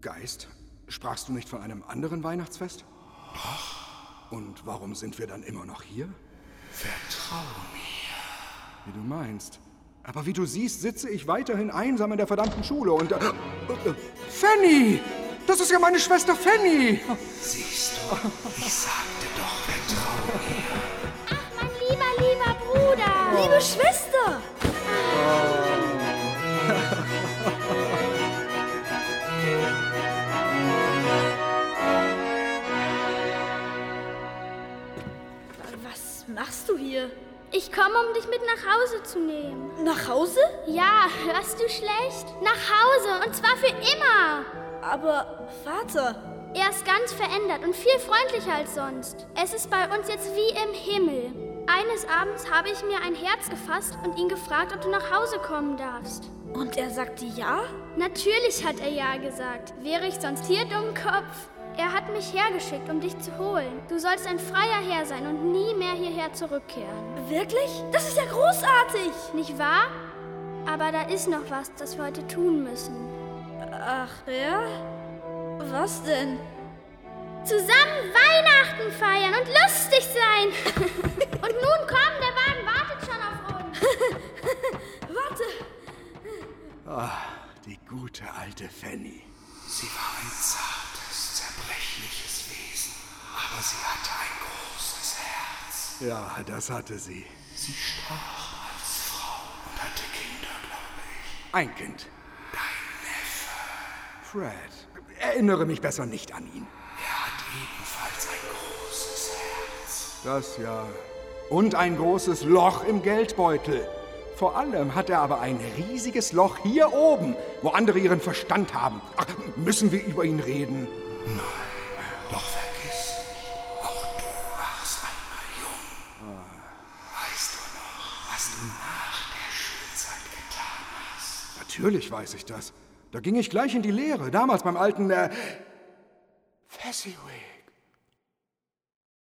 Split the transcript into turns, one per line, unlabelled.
Geist? Sprachst du nicht von einem anderen Weihnachtsfest? Und warum sind wir dann immer noch hier?
Vertraue
Wie du meinst. Aber wie du siehst, sitze ich weiterhin einsam in der verdammten Schule und... Äh, äh, Fanny! Das ist ja meine Schwester Fanny!
Siehst du, ich sagte doch, vertraue mir.
Mein lieber, lieber Bruder. Liebe Schwester. Was machst du hier?
Ich komme, um dich mit nach Hause zu nehmen.
Nach Hause?
Ja, hörst du schlecht? Nach Hause und zwar für immer.
Aber Vater,
Er ist ganz verändert und viel freundlicher als sonst. Es ist bei uns jetzt wie im Himmel. Eines Abends habe ich mir ein Herz gefasst und ihn gefragt, ob du nach Hause kommen darfst.
und er sagte ja?
Natürlich hat er ja gesagt. Wäre ich sonst hier Dummkopf? Er hat mich hergeschickt, um dich zu holen. Du sollst ein freier Herr sein und nie mehr hierher zurückkehren.
Wirklich? Das ist ja großartig.
Nicht wahr? Aber da ist noch was, das wir heute tun müssen.
Ach ja? Was denn?
Zusammen Weihnachten feiern und lustig sein. und nun komm, der Wagen wartet schon auf uns.
Warte.
Die gute alte Fanny.
Sie war ein zartes, zerbrechliches Wesen, aber sie hatte ein großes Herz.
Ja, das hatte sie.
Sie sprach als Frau und hatte Kinder, glaube ich.
Ein Kind. Dein Neffe. Fred. Erinnere mich besser nicht an ihn.
Er hat ebenfalls ein großes Herz.
Das ja. Und ein großes Loch im Geldbeutel. Vor allem hat er aber ein riesiges Loch hier oben, wo andere ihren Verstand haben. Ach, müssen wir über ihn reden?
Doch vergiss nicht, auch du warst einmal jung. Ah. Weißt du noch, was du nach der Schulzeit getan hast?
Natürlich weiß ich das. Da ging ich gleich in die Lehre, damals beim alten äh, Fezziwig.